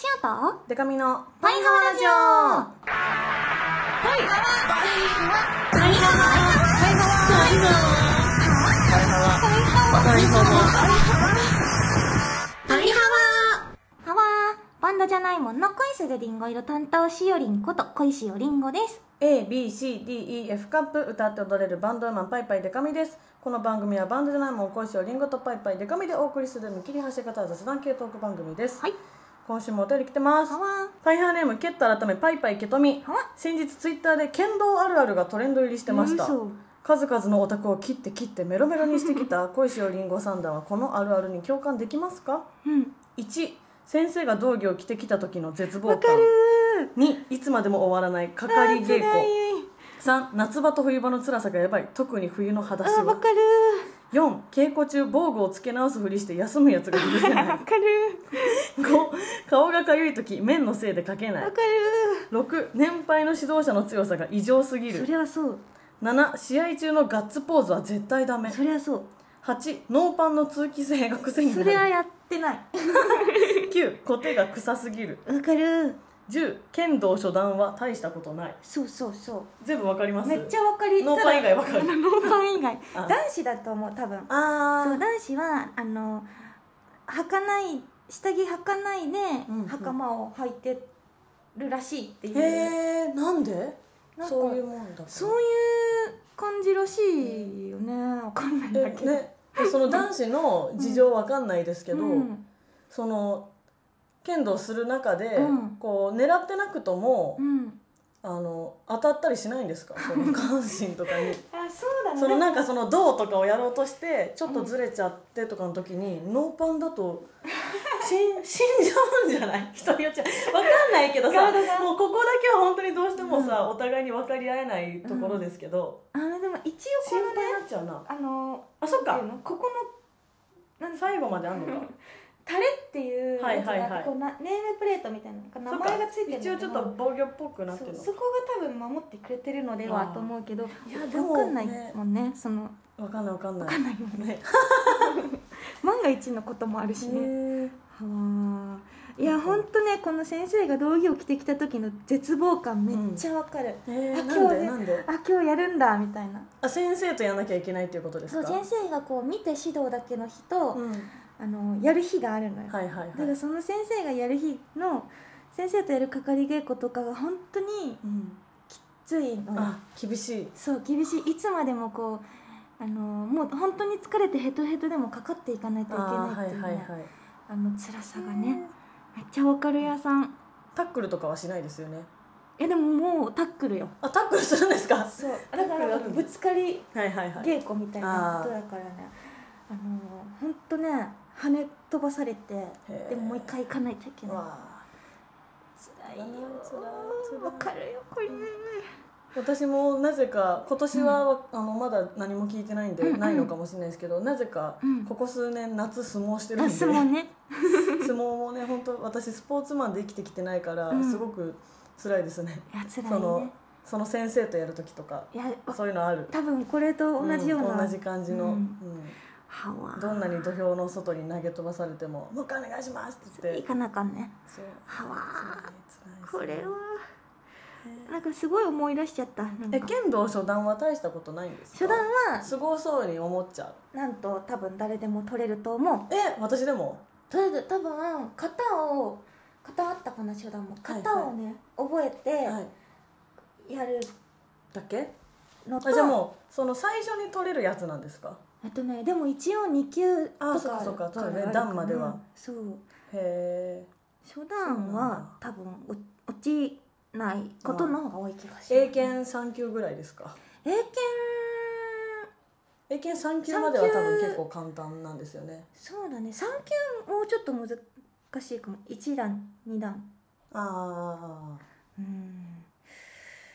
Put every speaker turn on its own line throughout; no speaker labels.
と
デカミの
パイハワラジオパイハワハワーバンドじゃないもんの恋するリンゴ色担当しおりんこと恋しおりんごです
A, B, C, D, E, F カップ歌って踊れるバンドウーマンパイパイデカミですこの番組はバンドじゃないもん恋しをリンゴとパイパイデカミでお送りする見切り発車型雑談系トーク番組です、
はい
今週もお便り来てます
ハワ
パイハーネームケット改めパイパイケトミ
ハワ
先日ツイッターで剣道あるあるがトレンド入りしてました
嘘
数々のオタクを切って切ってメロメロにしてきた 恋しおりんご三段はこのあるあるに共感できますか
うん
1先生が道着を着てきた時の絶望
わか
感
る
2いつまでも終わらないかかり稽
あ辛い
古3夏場と冬場の辛さがやばい特に冬の裸足
あわ
は
かる
4稽古中防具を付け直すふりして休むやつが許せ ない
わかる
5顔がかゆい時麺のせいでかけな
わ
い
か
6年配の指導者の強さが異常すぎ
るそ
る
れはそう
7試合中のガッツポーズは絶対ダメ
それはそう
8ノーパンの通気性が癖に
それ
な
は
る
やってない
9コテが臭すぎる
わかる
10剣道初段は大したことない
そうそうそう
全部わかります
めっちゃわかり
ノーパン以外わかる
ただノーパン以外
あ
男子だと思う多分
あ
そう
ー
男子はあの履かない下着履かないで、
うんうん
袴を履いてるらしいっていう
へえなんで
なんか
そういうもんだ
そういう感じらしいよねわかんないんだ
え
けど、
ねその男子の事情わかんないですけど、
うん
その剣道する中で、
うん
こう狙ってなくとも、
うん、
あの当たったりしないんですかその下半身と かに
あそうだね
そのなんかその銅とかをやろうとしてちょっとずれちゃってとかの時に、ノーパンだと死 ん死んじゃうんじゃない人によっちゃわかんないけどさ
体が
もうここだけは本当にどうしてもさ、お互いに分かり合えないところですけど、
あのでも一応こ
心
の
配
ね
になっちゃうな
あの
あそっ
なん
か
ていうのここのなん
最後まであんのか
タレっていう
はい
やつ
はいはい
があってこうなネームプレートみたいなのか名
そっか
前がついてるの
一応ちょっ
か
と
な
防御っぽくなってるの
そうそこが多分守ってくれてるので
あ
は
ー
と思うけど
いやでも
分かんない
ね
もんねその
わかんないわかんない
分かんないもんね
ね
万が一のこともあるしね、
ね
はあいやほんとねこの先生が道着を着てきた時の絶望感めっちゃわかる、
えー
あ
なん
今日
で
ね
なんで
あ今日やるんだみたいな
あ先生とやんなきゃいけないっていうことです
そう
か
先生がこう見て指導だけの日と、
うんはい
あのやる日があるのよ、
はいはい
だからその先生がやる日の先生とやる係稽古とかが本当に
うん
ついのよ
あ厳しい
そう厳しいいつまでもこうあのもう本当に疲れてヘトヘトでもかかっていかないとい
あ
けな
ーはい
っ
い
ていうね、
はいはい
あの辛さがねめっちゃわかる屋さん
タックルとかはしないですよね
えでももうタックルよ
あタックルするんですか
そう
タ
だ
ッ
か
クルあ
ら
るんだ
ぶつかり
はいはいはい
稽古みたいなことだからね、あの本当ね跳ね飛ばされて
え
でももう一回行かないといけない
わあ
辛いよ
辛い辛い
わかるよこれ、
私もなぜか今年は、あのまだ何も聞いてないんで、
うんうん
ないのかもしれないですけどなぜか、
うん
ここ数年夏相撲してるん
あ
で
相撲ね
相撲もね本当私スポーツマンで生きてきてないから、
うん
すごく辛いですね
いや辛
そ
いね
のその先生とやる時とか
いやわ
そういうのある
多分これと同じような、
ん同じ感じの、
う
うんん
はわ
どんなに土俵の外に投げ飛ばされても「もう一回お願いします」って言っ
行
て
かなあかんね
そう
はわこ
辛いですね辛いですね
れはなんかすごい思い出しちゃったなんか
え剣道初段は大したことないんです
初
か
段は
すごそうに思っちゃう
なんと多分誰でも取れると思う
え私でも
とりあえず多分型を型あったかな初段も
はいはい
型をね、覚
は
え
い
てやる
だけ
のと、
あじゃあもうその最初に取れるやつなんですか
えっとねでも一応2級とか
あそっかそっかそうね段までは
そう
へえ
初段
そうなんだ
は多分落落ちないことの方が多い気がします
英検3級ぐらいですか
英検
英検3級までは多分結構簡単なんですよね
そうだね3級もうちょっと難しいかも1段2段
ああ
うん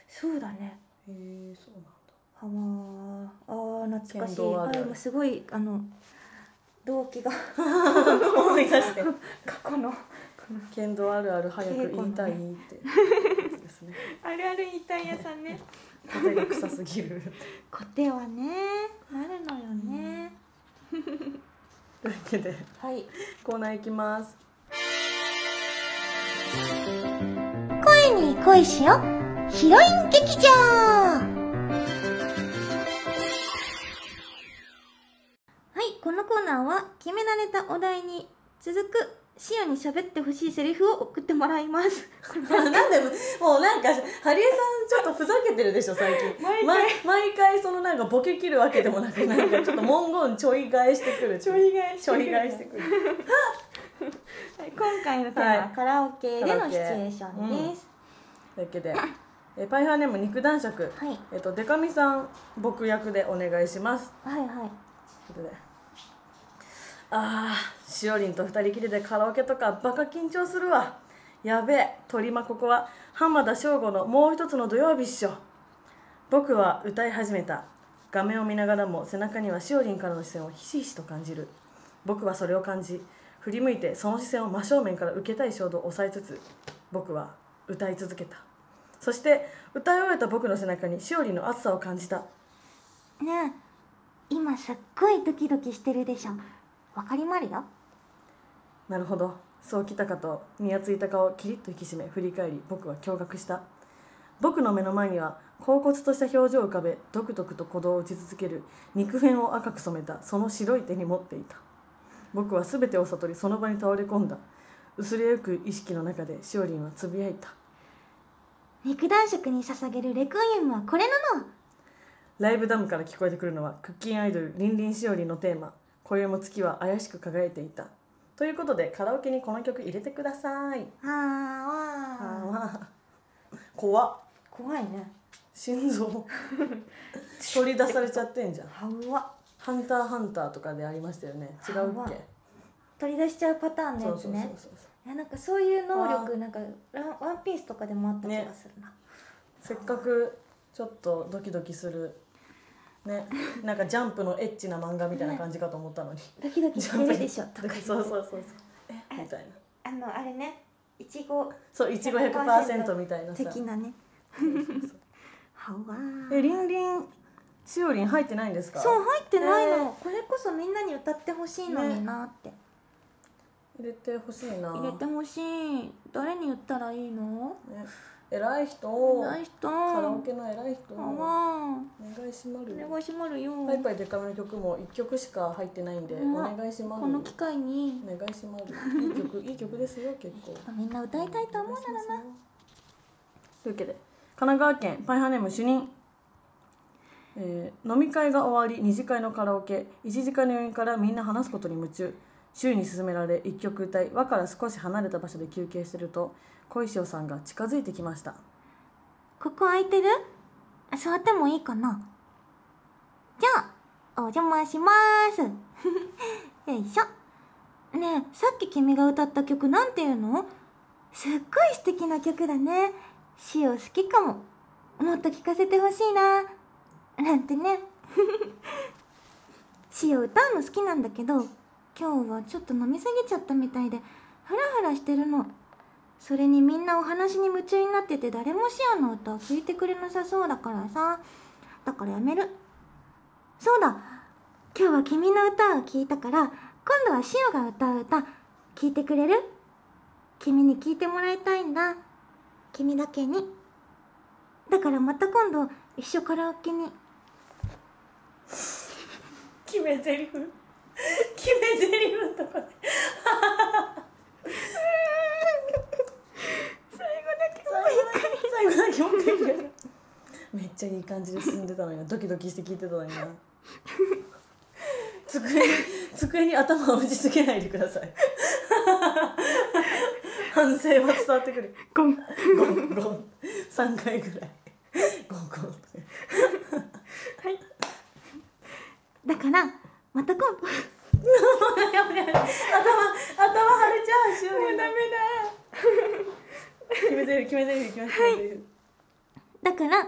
そうだね
へえそうなんだ
はまあー懐かしい
剣道あるあ
は
る
いもうすごいあの動機が
思い出して
過去の
剣道あるある早く言いたいってですね
あるある言いたい屋さん ね
風が臭すぎる
コテはねなるのよね、
というわけで
はい
コーナー行きます
恋しよヒロイン劇場はい、このコーナーは決められたお題に続くシオに喋ってほしいセリフを送ってもらいます。これ
なんでもうなんかハリエさんちょっとふざけてるでしょ最近
毎回
ま毎回そのなんかボケ切るわけでもなくなんかちょっと文言ちょい替えしてくる
ちょい替えして
ち
く
ょ
る
い替えしてくる
はい今回のテーマはカラオケでのシチュエーションです。
というわけ でえパイハーネーム肉男爵、
はい
えっとデカミさん僕役でお願いします
はいはい。
ということでああしおりんと二人きりでカラオケとかバカ緊張するわやべえ鳥間ここは浜田省吾のもう一つの土曜日っしょ僕は歌い始めた画面を見ながらも背中にはしおりんからの視線をひしひしと感じる僕はそれを感じ振り向いてその視線を真正面から受けたい衝動を抑えつつ僕は歌い続けたそして歌い終えた僕の背中にしおりんの熱さを感じた
ねえ今すっごいドキドキしてるでしょわかりまるよ
なるほどそうきたかとにやついた顔をキリッと引き締め振り返り僕は驚愕した僕の目の前には恍惚とした表情を浮かべドクドクと鼓動を打ち続ける肉片を赤く染めたその白い手に持っていた僕は全てを悟りその場に倒れ込んだ薄れゆく意識の中でしおりんはつぶやいた
肉男色に捧げるレクイエムはこれなの
ライブダムから聞こえてくるのはクッキンアイドルリンリンしおりんのテーマ今宵も月は怪しく輝いていたということでカラオケにこの曲入れてくださいあ
あーわー
あ怖っ
怖いね
心臓 取り出されちゃってんじゃん「
はうわ
ハンターハンター」とかでありましたよね違
う
う
わ
っけ
取り出しちゃうパターンの
そ
や
う
つ
そうそう
ね
そう
いやなんかそういう能
あ
力
ー
なんかランワンピースとかでもあった気がするな、
せっかくちょっとドキドキするねなんかジャンプのエッチな漫画みたいな感じかと思ったのに、
ドキドキ
ジ
し
ャン
て
プ
るでしょとか言って
そうそうそうそうえみたいな
あのあれねいちご
そういちご100%みたいなさ
的なねはうわー
えりんりんしおりん入ってないんですか
そう入ってないの、
えー
これこそみんなに歌ってほしいのになって、
入れてほしいな
入れてほしい誰に言ったらいいの
ね、偉い人
ない人
カラオ
あ
ケの偉い人お
わ
願いしま
お
る
願いしまるよ
パイパイデカミの曲も1曲しか入ってないんで、
うん
お願いしまる
この機会に
お願いしまるいい曲いい曲ですよ結構
みんな歌いたいと思うならな
なというわけで神奈川県パイハーネーム主任えー飲み会が終わり二次会のカラオケ一次会の余韻からみんな話すことに夢中周囲に勧められ一曲歌い和から少し離れた場所で休憩してると小石尾さんが近づいてきました
ここ空いてるあ座ってもいいかなじゃあお邪魔しまーす よいしょねえさっき君が歌った曲なんていうのすっごい素敵な曲だねシオ好きかももっと聴かせてほしいななんてね シオ歌うの好きなんだけど今日はちょっと飲みすぎちゃったみたいでハラハラしてるのそれにみんなお話に夢中になってて誰もシアの歌を聴いてくれなさそうだからさだからやめるそうだ今日は君の歌を聴いたから今度はシオが歌う歌聴いてくれる君に聴いてもらいたいんだ君だけにだからまた今度一緒カラオケに
決め台詞 決め台詞のとこで最後だけもう一回最後だけもう一回めっちゃいい感じで進んでたのになドキドキして聞いてたのにな机に机に頭を打ちつけないでください反省は伝わってくる
ゴン
ゴンゴン3回ぐらいゴンゴン
だからまた今度
やばいやばい頭頭腫れちゃうしおりもうダメだ決めてる決めてる決めてる、
だから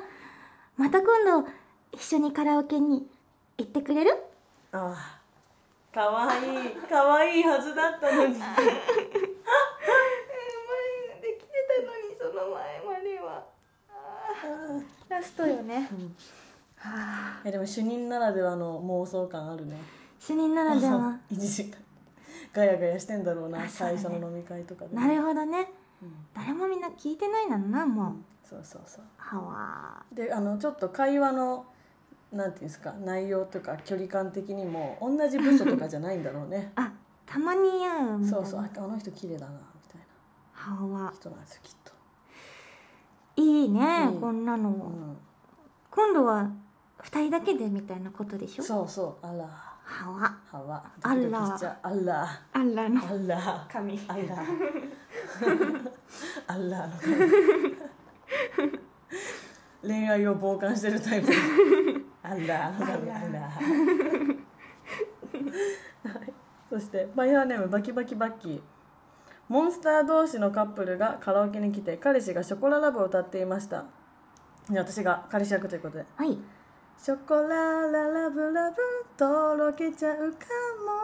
また今度一緒にカラオケに行ってくれる
ああかわいいかわいいはずだったのに
前できてたのにその前まではラストよね、はあ
えでも主任ならではの妄想感あるね
主任ならでは
一時間ガヤガヤしてんだろうな
あそうだ
最
ね
初の飲み会とかで
なるほどね、
ん
誰もみんな聞いてないなのなもう
そうそうそう
はわ
であのちょっと会話のなんていうんですか内容とか距離感的にも同じ部署とかじゃないんだろうね
あたまに会うみたいな
そうそうああの人綺麗だなみたい
はわ
な人なんですよきっと、
いいね、
うん
こんなの、
うん、
今度は二人だけでみたいなことでしょ
そうそうあら
はわ
はわ
あら
ドキドキしちゃうあら
あらの
あら
髪
あ らあら恋愛を傍観してるタイプあらあらあらはいそしてバイアーネームバキバキバッキーモンスター同士のカップルがカラオケに来て彼氏が「ショコララブ」を歌っていましたで私が彼氏役ということで
はい
ショコラララブラブとろけちゃうか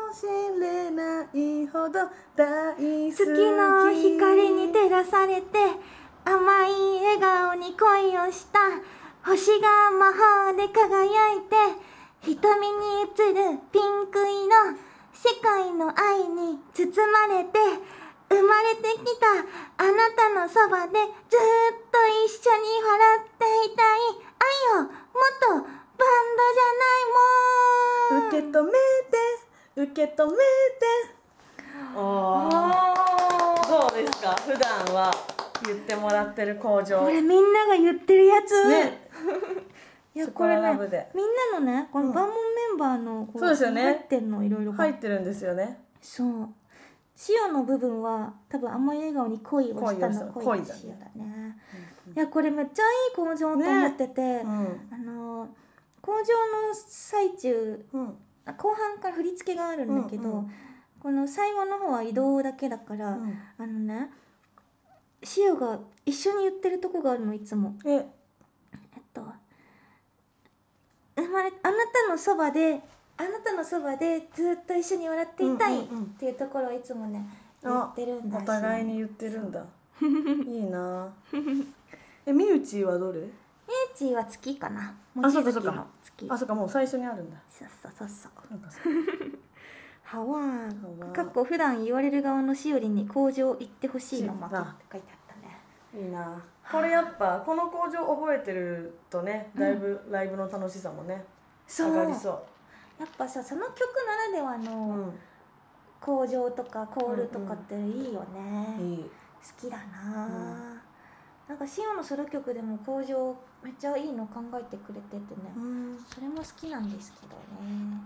もしれないほど大好き
月の光に照らされて甘い笑顔に恋をした星が魔法で輝いて瞳に映るピンク色世界の愛に包まれて生まれてきたあなたのそばでずっと一緒に笑っていたい愛をもっとバンド
受
じ
け
ゃないもん
止めて受け止めておーどうですか普段は言ってもらってる工場
これみんなが言ってるやつ
ね
いや
そ
こ
こ
れ
ら
ね
ラブで
みんなのねこのバーモンメンバーのこ
そうですよね
入ってんのいろいろ
入ってるんですよね
そう塩の部分は多分甘い笑顔に恋をしたの
恋
恋の塩
をした恋だ
だ
ね
ねいやこれめっちゃいい工場と思ってて、
うん
あのー工場の最中
うん
あ後半から振り付けがあるんだけど、
うんうん
この最後の方は移動だけだから、
うん
あのね塩が一緒に言ってるとこがあるのいつも
え
えっと生まれあなたのそばであなたのそばでずっと一緒に笑っていたい
うんうんうん
っていうところをいつもね言
あ
ってるんだ
お互いに言ってるんだいいなえみうちはどれ
メイチは月かな
あそう
望
かそう
月
か
の月
あそうかもう最初にあるんだ
そうそうそうそう
なんかさ
ハワ
ハワ
ーかっこ普段言われる側のしおりに工場行ってほしいのま
そう
たっ
だ
て書いてあったね
いいなこれやっぱこの工場覚えてるとねだいぶライブの楽しさもね、
そう
上が
やっ
りそ
ぱさその曲ならでは
う、
の
う
工場とかコールとかっていいよね、
ん、いい
好きだな、なんかシオのソロ曲でも工場めっちゃいいの考えてくれててね、それも好きなんですけどね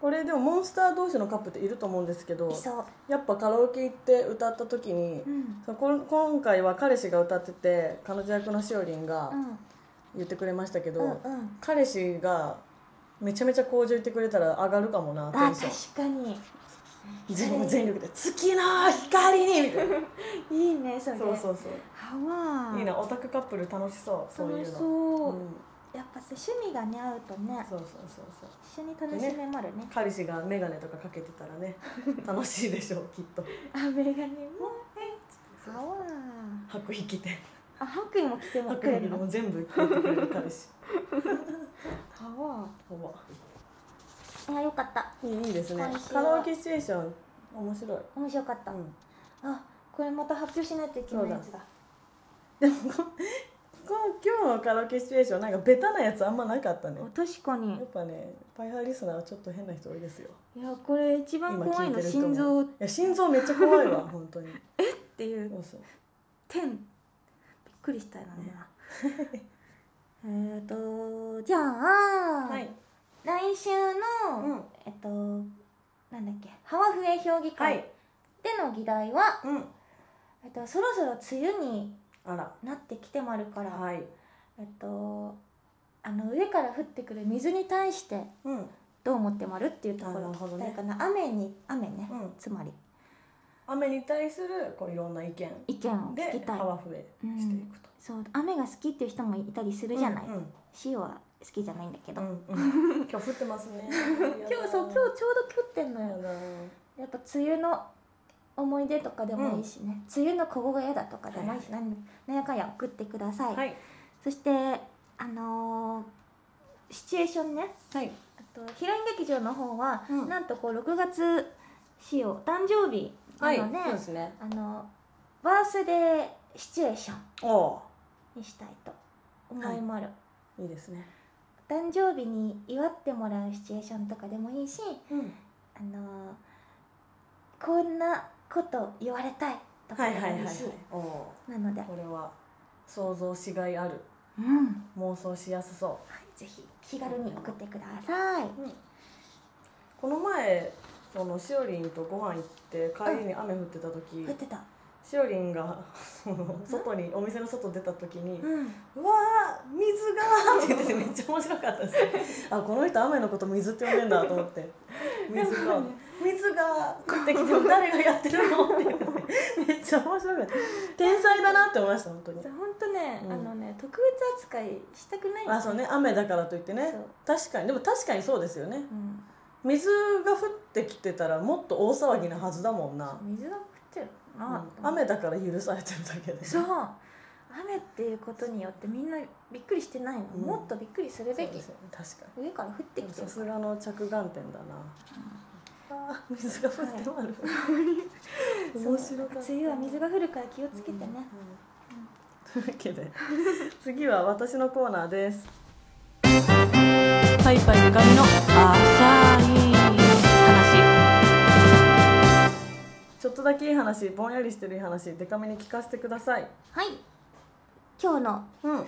これでもモンスター同士のカップっていると思うんですけど
いそう、
やっぱカラオケ行って歌った時に、
うん
そうこん今回は彼氏が歌ってて彼女役のしおりんが
うん、
言ってくれましたけど、
うんうん
彼氏がめちゃめちゃ向上言ってくれたら上がるかもなテ
あ
ンション
確かに
全全力で「月の光に」みたいな
いいねそれ
そうそうそう
ハワ
いいなオタクカップル楽しそうそうい
楽し
うの
そう
うん
やっぱさ趣味がね合うとね
そうそうそうそう
一緒に楽しめまるね
彼氏が眼鏡とかかけてたらね楽しいでしょうきっと
あメガネも
そう
ハワー
白衣着て
あ白衣も着ても
白
くれ
衣
る
着ても
の
う全部着てくれる彼氏
ハワ
ほぼ
ーあよかった
いいいいですね
今週
カ
は
ラオケシチュエーション面白い、
面白かった、
うん、
あこれまた発表しないといけないやつだ
でもここ今日のカラオケシチュエーションなんかベタなやつあんまなかったね
あ確かに
やっぱねパイハーリスナーはちょっと変な人多いですよ
いやこれ一番怖いの
人
心
も
臓っ
いや心臓めっちゃ怖い わ本当に
ていう
そうそう
点びっくりしたよね えっとじゃあ、
はい
来週の、
うん
えっとなんだっけハワフエ評議
は
会
い
での議題は、
うん
えっと、そろそろ梅雨に
あら
なってきてまるから、
はい
えっとあの上から降ってくる水に対して
うん
どう思ってまるっていうところ
な
を
るほ
聞
ど
き
ね
たいかな雨に雨ね、
うん
つまり
雨に対するこういろんな意見
意見を聞き
で
たい
幅増えしていくと、
そう雨が好きっていう人もいたりするじゃない、
うんうん
塩は好きじゃないんだけど、
うんうん、今日降ってます ね
今日そう今日ちょうど降ってんの
や
よ
だ
やっぱ梅雨の思い出とかでもいいしね、梅雨のここが嫌だとかでもいいし、何なんやかんや送ってください、
はい
そしてあのーシチュエーションね
はい
あとヒロイン劇場の方は、
うん
なんとこう6月仕様誕生日なので、
そうですね
あのバースデーシチュエーショ
お
ンにしたいと思いまる、
ういいですね
誕生日に祝ってもらうシチュエーションとかでもいいし
うん
あのーこんなこと言われたいと
は
か
い
で
はいはい
も
はい
いいし
おお
なので
これは想像しがいある
うん、は
妄想しやすそう
い、ぜひ気軽に送ってください
この前そのしおりんとご飯行って帰りに雨降ってた時、
降ってた
しおりんがその外にお店の外出た時に
うん
「うわー水が!」って言 っててめっちゃ面白かったですあこの人雨のこと水って呼んでんだと思 って水が水が降ってきても誰がやってるのって言っててめっちゃ面白かった天才だなって思いました本当に
本当ね、
うん
あのね特別扱いしたくないん
あそうね雨だからといってね
そう
確かにでも確かにそうですよね
うん、
水が降ってきてたらもっと大騒ぎなはずだもんな、
水が降ってる
う
な、
ん、雨だから許されてるだけで
そう雨っていうことによってみんなびっくりしてないの、
うん
もっとびっくりするべ
そう
き、
ですよね確かに
上から降ってきて
さ
るか
す
ら
がの着眼点だな、あー水が降ってまる、 面白かった
梅雨は水が降るから気をつけてね、
というわけで 次は私のコーナーですパイパイで髪の浅い話ちょっとだけいい話ぼんやりしてるいい話デカめに聞かせてください
はい今日の
うんは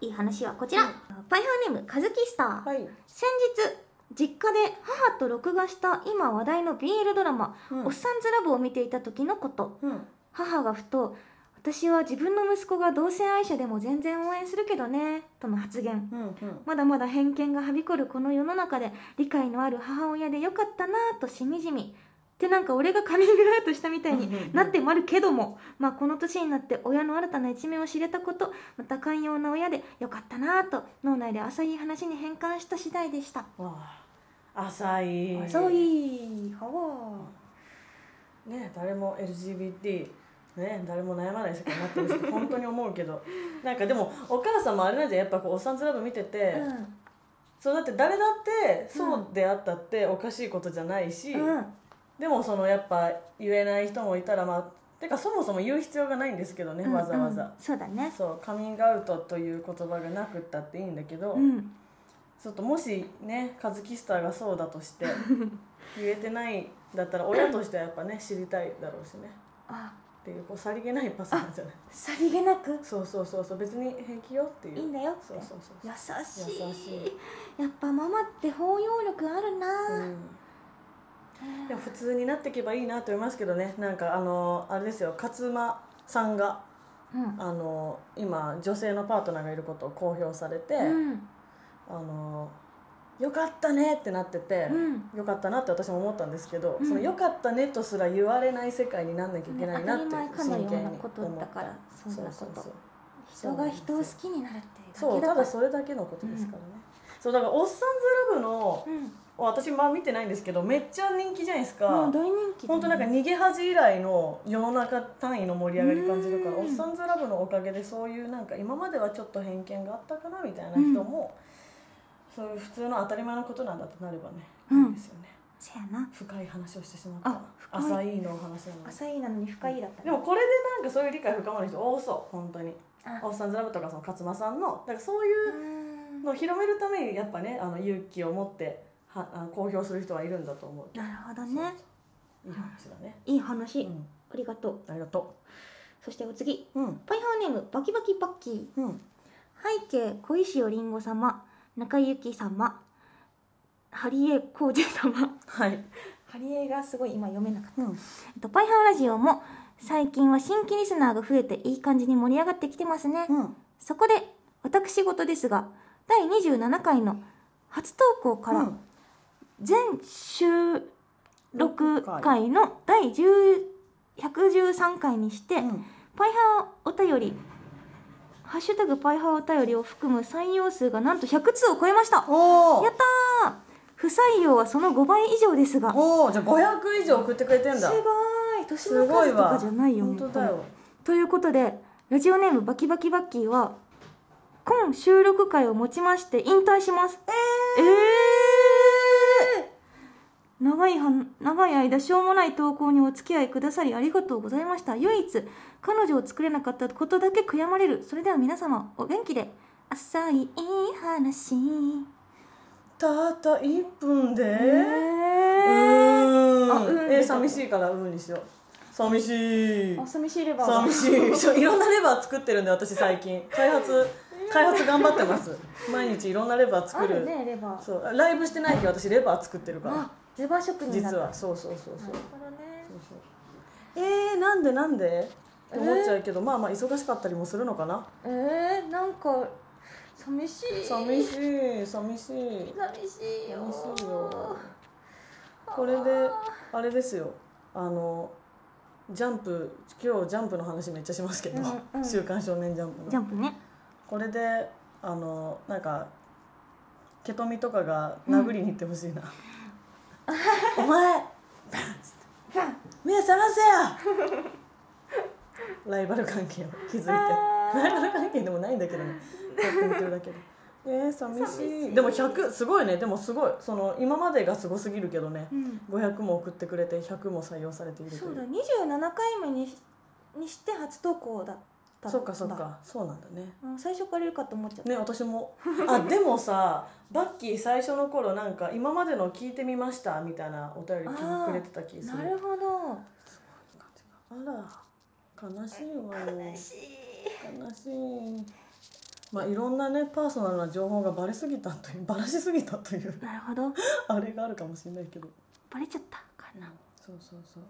い
い話はこちら、パイハーネームカズキスター、先日実家で母と録画した今話題の BL ドラマ「
うん
おっさんずラブ」を見ていた時のこと
うん
母がふと「私は自分の息子が同性愛者でも全然応援するけどね」との発言
うんうん
まだまだ偏見がはびこるこの世の中で理解のある母親でよかったなぁとしみじみってなんか俺がカミングアウトしたみたいに
うんうんうん
なってまるけども、まあこの年になって親の新たな一面を知れたことまた寛容な親でよかったなぁと脳内で浅い話に変換した次第でした
わあ浅い
そういほ
ね誰も LGBT ね誰も悩まない世界になってるし 本当に思うけどなんかでもお母さんもあれなんじゃないやっぱこう「おっさんずラブ」見てて、
う
そうだって誰だってそうであったっておかしいことじゃないし、
うん
でもそのやっぱ言えない人もいたらまあてかそもそも言う必要がないんですけどね
うん
わざわざ、
うんそうだね
そうカミングアウトという言葉がなくったっていいんだけど、
うん
ちょっともしね和樹スターがそうだとして 言えてないんだったら親としてはやっぱね知りたいだろうしね
あ
っていうこうさりげないパスなんじゃない
さりげなく
そうそうそうそう別に平気よっていう
いいんだよって
そうそうそう
優しい
優しい
やっぱママって包容力あるなぁ、
うん、でも普通になっていけばいいなと思いますけどねなんかあのあれですよ勝間さんが
うん
あの今女性のパートナーがいることを公表されて、
うん
あのよかったねってなってて、
うん
よかったなって私も思ったんですけど、
うん
そのよかったねとすら言われない世界になんなきゃいけないなって
ね当たり前かのような
真剣に
ことだからそ
思った
んなこと
そうそうそう
人が人を好きになるっていう
そう
だけ
ただ
だから
それだけのことですからね、そうだから「おっさんずラブの」
うん
私まあ見てないんですけどめっちゃ人気じゃないですか、
もう大人気だね
本当なんか逃げ恥以来の世の中単位の盛り上がり感じるから「
う
お
ん
っさんずラブ」のおかげでそういうなんか今まではちょっと偏見があったかなみたいな人も、そういう普通の当たり前のことなんだとなればね、
うん
いいですよね
せやな
深い話をしてしまった
あ深い
浅いのお話なのに
浅いなのに深いだったね
でもこれでなんかそういう理解深まる人多そう本当に
あ
「おっさんずラブ」とかその勝間さんのなんかそういう
うーんな
のを広めるためにやっぱねあの勇気を持ってはあの公表する人はいるんだと思うけど
るほどね
いい話だね、
いい話、
うん、
ありがとう
ありがと
そしてお次
ううん
パイハーネームバキバキバッキー
うん
背景小石よりんご様中井ゆき様ハリエコージ様
はい、
ハリエがすごい今読めなかった
うん、
えっとパイハーラジオも最近は新規リスナーが増えていい感じに盛り上がってきてますね、
うん
そこで私事ですが第27回の初投稿から、
うん
全収録回の第10 113回にして、
うん
パイハーお便り「ハッシュタグパイハーお便り」を含む採用数がなんと100通を超えましたやっ
おー
たー不採用はその5倍以上ですがすご
おーじゃあ500以上送ってくれてんだ
い年
す
の
ごい
数と
わ
かじゃないよ
本当だ
もう
よ
ということでラジオネームバキバキバッキーは今収録会をもちまして引退しますええー長いは長い間しょうもない投稿にお付き合いくださりありがとうございました唯一彼女を作れなかったことだけ悔やまれるそれでは皆様お元気で浅いいい話
たった1分で、
え
うーん
あうん
え寂しいからうんにしよう寂しい
あ寂しいれば
寂しいそういろんなレバー作ってるんで私最近開発開発頑張ってます毎日いろんなレバー
あ
作る
るねレバー
そうライブしてないけど私レバー作ってるから
あレバー職人だ
実はそうそうそう
な
そう
るほどね
そうそうえー、なんでなんでって思っちゃうけど、まあまあ忙しかったりもするのかな
えー、なんか寂しい
寂しい寂しい
寂しいよ
寂しいよこれであれですよあのジャンプ今日ジャンプの話めっちゃしますけど「
うんうん
週刊少年ジャンプの」
ジャンプね
これであのなんかケトミとかが殴りに行ってほしい な「お前
バン
目覚ませよ! 」 ライバル関係を築いて
あー
ライバル関係でもないんだけどねケトミとだけど。えー、寂し
寂
い
しい
でも100すごいねでもすごいその今までがすごすぎるけどね
うん
500も送ってくれて100も採用されているとい
そうだ27回目にしにして初投稿だったんだ
そうかそうかそうなんだね
うん最初からいるかと思っちゃった、
ね私も あでもさバッキー最初の頃なんか今までの聞いてみましたみたいなお便り
あー
くれてた気す
な
る
るほど
あら悲しいわよ
悲しい
悲しいまあいろんなねパーソナルな情報がバレすぎたというバラしすぎたという
なるほど
あれがあるかもしれないけど
バレちゃったかな
そうそうそう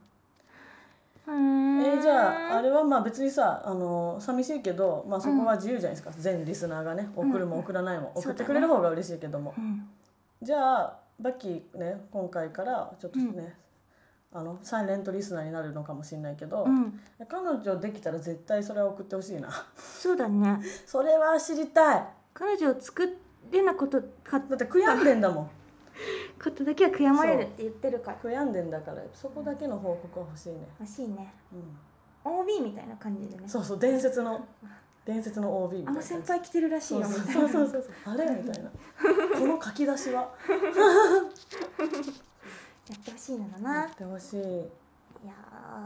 うーん
えーじゃああれはまあ別にさあの寂しいけど、まあ、そこは自由じゃないですか、全リスナーがね送るも送らないも、
うん
送ってくれる方が嬉しいけども、
うん
じゃあバッキーね今回からちょっとね、あのサイレントリスナーになるのかもしれないけど、
うん
彼女できたら絶対それは送ってほしいな
そうだね
それは知りたい
彼女を作れなことか
だって悔やんでんだもん
ことだけは悔やまれるって言ってるから
悔やんでんだからそこだけの報告は欲しいね、
らしいね
うん、
OB みたいな感じでね
そうそう伝説の伝説の OB みた
あ
いな
の先輩来てるらしい
そう
よ
そう
みたい
そ
な
うそうそうあれみたいなこの書き出しは
やってほしいのか
や
な
ってほしいい
いや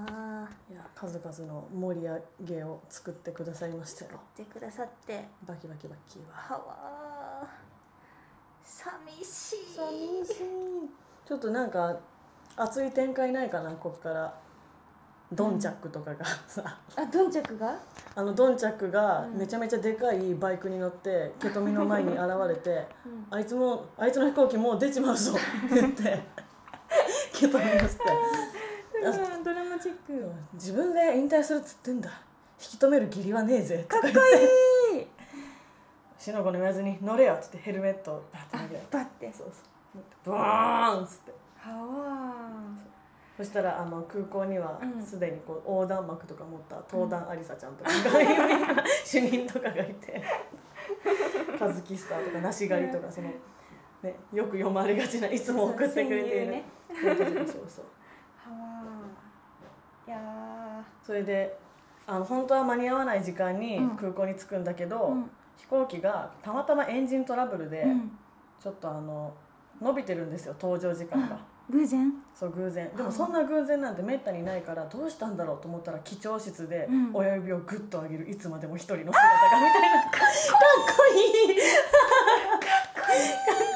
ー
や数々の盛り上げを作ってくださいましたよ
やってくださって
バキバキバッキー
は
は
わー寂しい
寂しいちょっとなんか熱い展開ないかなここからドンチャックとかがさ、
あドンチャクが
あのドンチャックが
うん
めちゃめちゃでかいバイクに乗ってケトミの前に現れて
うん
「あいつもあいつの飛行機もう出ちまうぞ」って 言ってケトミがして
ドラマチック
「自分で引退するっつってんだ引き止める義理はねえぜ」とか言って
かっこいい
「しのこの言わずに乗れよ」って言ってヘルメットをバッて投げて
バッて
そうそうブーンっつって。
はわ
そしたらあの空港には
うん
すでにこう横断幕とか持った東壇ありさちゃんとかが、主任とかが いて「カズキスター」とか「梨狩り」とかその、ね、よく読まれがちないつも送ってくれている、そうそ
ー
う
はわーいや
それであの本当は間に合わない時間に
うん
空港に着くんだけど、
うん
飛行機がたまたまエンジントラブルで、
ー、うん、
ちょっとあの伸びてるんですよ搭乗時間が。
偶然
そう偶然でもそんな偶然なんてめったにないからどうしたんだろうと思ったら貴重室で
うん
親指をグッと上げるいつまでも一人の姿がみたいなかっこいいかっこいいかっ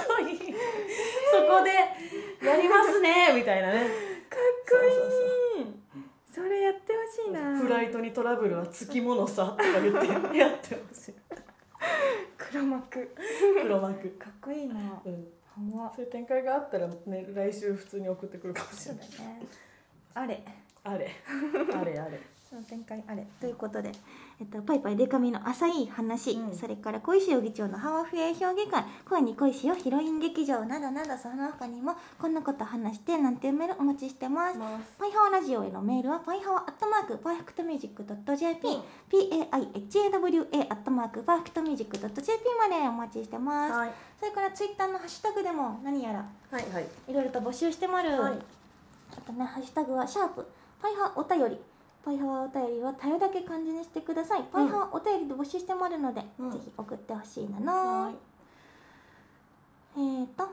こいいそこでやりますねみたいなね
かっ
こいい
それやってほしいな
フライトにトラブルはつきものさとか言ってやってほしい
黒幕
黒幕
かっこいいなは
うん
わ
そういう展開があったらね来週普通に送ってくるかもし
そ
れ
う
ない
だねあれ
あれあれあれ
その展開あれということで、えっと、パイパイデカミの浅い話、
うん
それから小石容議長のハワフエ評議会恋に恋しよヒロイン劇場などなどその他にもこんなこと話してなんていうメールお待ちしてます
ます
パイハワラジオへのメールはパイハワアットマークパーフェクトミュージックドット JP、
うん
PAIHAWA アットマークパーフェクトミュージックドット JP までお待ちしてます、
はい
それからツイッターのハッシュタグでも何やら
はいはい
いろいろと募集してまる、
はい
あとね、ハッシュタグは、シャープ、パイハワお便り。パイハワお便りは、たよだけ漢字にしてください。パイハワお便りで募集してもあるので、
うん
ぜひ送ってほしいな
は
の
い。
えーと、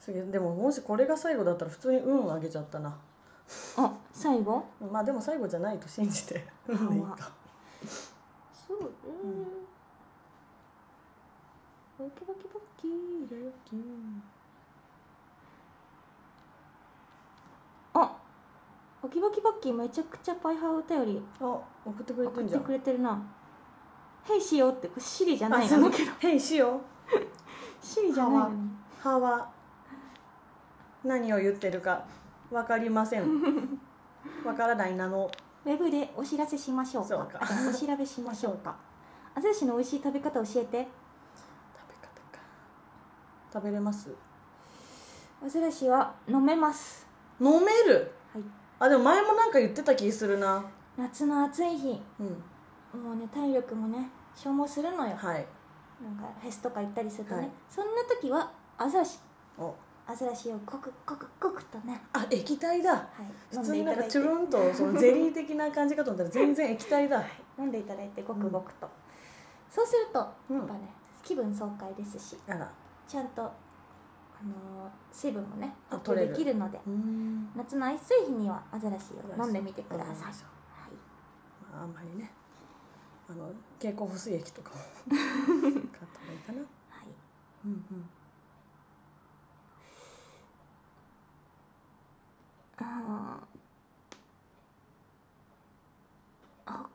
すげえでももしこれが最後だったら普通に運あげちゃったな
あ最後
まあでも最後じゃないと信 じて運でいいか
そううん
バキバキバキララキ
あバキバキバッキーめちゃくちゃパイハーお便り
あ送ってくれて
送
ん
っ
じゃ
て
ん
くれてるな「ヘイしよう」ってこれシリじゃ
あ
ない
そう
のだけど
へいしよ
シリじゃないの
ハワ
に
う歯は何を言ってるかわかりません わからないなの
ウェブでお知らせしましょう
そ
か
うか
お調べしましょうかあずしの美味しい食べ方教えて
食べ方か食べれます
あずしは飲めます
飲める
はい
あでも前もなんか言ってた気するな
夏の暑い日
うん
もうね体力もね消耗するのよ
はい
なんかフェスとか行ったりするとね、
はい
そんな時はアザラシ
お
アザラシをコクコクコクとね、
あ液体だ
はい、
普
飲ん
通
で
に
いた
なんか
だい
チ
て
ュルンとそのゼリー的な感じかと思ったら全然液体だ
飲んでいただいてごくごくと、そうするとや
うん
っぱね気分爽快ですし
あら
ちゃんと、あのー水分もね
あ
補給
取れ
で
る
きるので
うん
夏の暑い日にはアザラシを飲んでみてくだ
飲んでみ
さい
ましょう
はい
まあ、あんまりねあの蛍光補水液とかも買った方がいいかな
はい、
うんうん
あー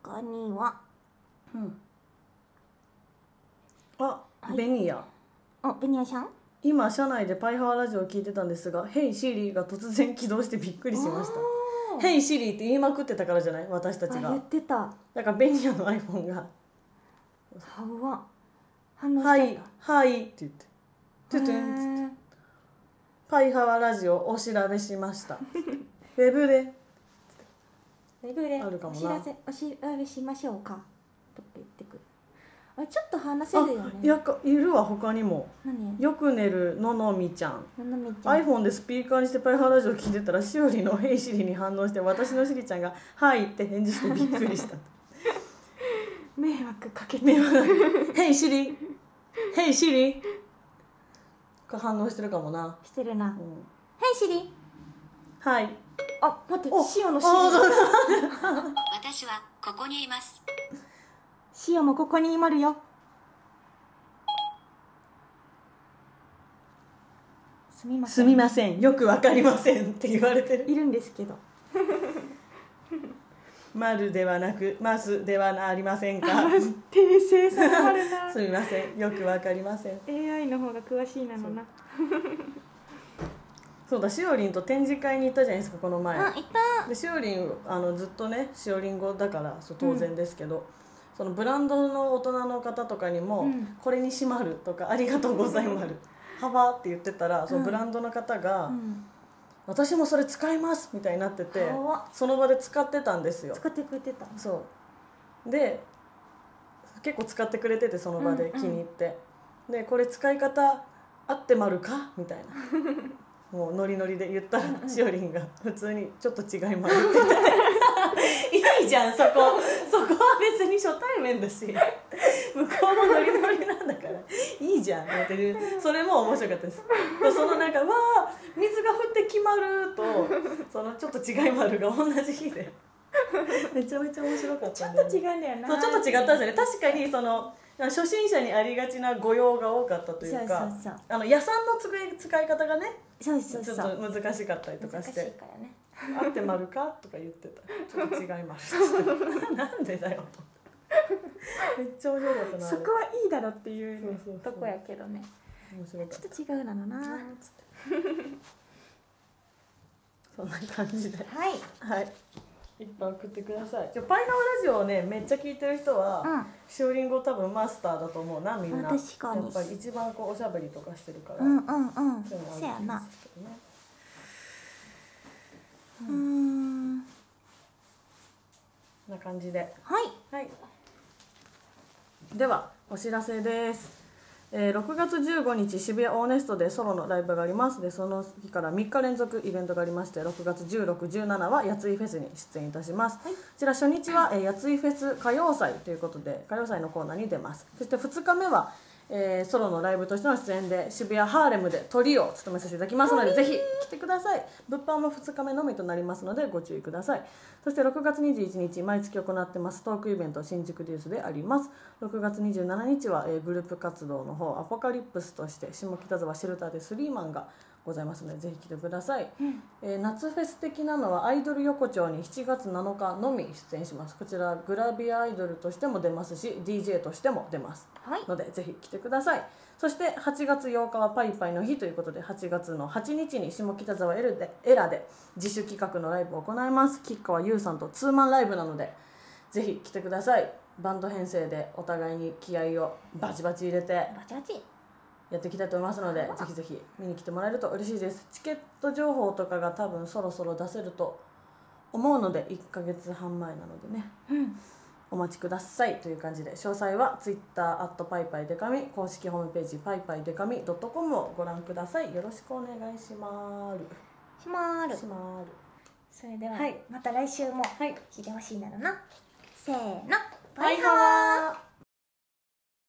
他には
うんあ、
はい
ベニヤ
おベニヤさん
今車内でパイハワラジオを聞いてたんですが「ヘイシリー」が突然起動してびっくりしまし
お
た「
ー
ヘイシリー」って言いまくってたからじゃない私たち
あ言
が
ってた
だからベニヤの iPhone が
はうわ反
「
応しちゃった
はいはい」って言って「トゥトゥン」
へー
パイハワラジオお調べしました」 「ウェブで
ウェブで
あるか
お
もな
知らせお調べしましょうかとか言ってくるあちょっと話せ
あ
るよね
やっかいるわ他にも
何
よく寝るののみちゃん
ななみちゃん
iPhone でスピーカーにしてパイハーラジオ聞いてたらしおりの「ヘイシリ」に反応して私のしりちゃんが「はい」って返事してびっくりした
迷惑かけ
「ねえヘイシリ」「ヘイシリ」が反応してるかもな、
してるな
う
「は
ん、
いシリ
はい
あ待って
お
シオのシ
あーそう
リ
私はここにいます
シオもここにいまるよすみませ
す
ん
みませんよくわかりませんって言われてる
いるんですけど
まるではなくますではありませんか
訂正されはるな
すみませんよくわかりません
AI の方が詳しいなのな
そうだしおりんと展示会に行ったじゃないですかこの前
あいた
でしおりんあのずっとねしおりん語だからそう当然ですけど、そのブランドの大人の方とかにも「
うん
これにしまる」とか「ありがとうございまる」「幅」って言ってたらそのブランドの方が「
うん
私もそれ使います」みたいになってて
かわ
その場で使ってたんですよ。
使ってくれてた
そうで結構使ってくれててその場
うん
で
うん
気に入って、でこれ使い方合ってまるかみたい なもうノリノリで言ったらしおり んが普通にちょっと違いますって言って いいじゃんそこそこは別に初対面だし向こうもノリノリなんだからいいじゃんって言ってそれも面白かったですでそのなんか「わあ水が降って決まる」とそのちょっと違い丸が同じ日でめちゃめちゃ面白かったんだよね、
違うんだよな
そうちょっと違ったんですよね確かにその初心者にありがちな誤用が多かったというか
そうそうそう
あの野産の使い使い方がね
そうそうそう
ちょっと難しかったりとかし
難していからね
「合ってまるか?」とか言ってた「ちょっと違い ます」ってなんでだよとめっちゃ面白かったなあれ
はいいだろってい
そうそうそう
とこやけどね
面白かっ
ちょっと違うなのな
た
は
なーっつってそんな感じで
い
はいいっぱい送ってくださいじゃあパイナオラジオをねめっちゃ聞いてる人は、
うん
しおりんご多分マスターだと思うなみんな
確かに
やっぱり一番こうおしゃべりとかしてるから、
うんうんうん
そういうのある
せやなん
ですけどね
うーん
こんな感じで
はい
はいではお知らせですえー6月15日渋谷オーネストでソロのライブがありますでその日から3日連続イベントがありまして6月1617はやついフェスに出演いたします、こちら初日は、えーやついフェス歌謡祭ということで歌謡祭のコーナーに出ますそして2日目は、えーソロのライブとしての出演で渋谷ハーレムでトリを務めさせていただきますのでぜひ来てください物販も2日目のみとなりますのでご注意くださいそして6月21日毎月行ってますトークイベント新宿デュースであります6月27日は、えーグループ活動の方アポカリプスとして下北沢シェルターでスリーマンがございますのでぜひ来てください、えー夏フェス的なのはアイドル横丁に7月7日のみ出演しますこちらグラビアアイドルとしても出ますし DJ としても出ます
はい
のでぜひ来てくださいそして8月8日はパイパイの日ということで8月の8日に下北沢エルでエラで自主企画のライブを行います吉川優さんとツーマンライブなのでぜひ来てくださいバンド編成でお互いに気合をバチバチ入れて
バチバチ
やっていきたいと思いますのでぜひぜひ見に来てもらえると嬉しいですチケット情報とかが多分そろそろ出せると思うので1ヶ月半前なのでね
うん
お待ちくださいという感じで詳細は Twitter パイパイデカミ公式ホームページパイパイデカミ .com をご覧くださいよろしくお願いしまーる
しまーる
しまーる
それでは、
はい
また来週も
はい
聞いてほしいならな、せーの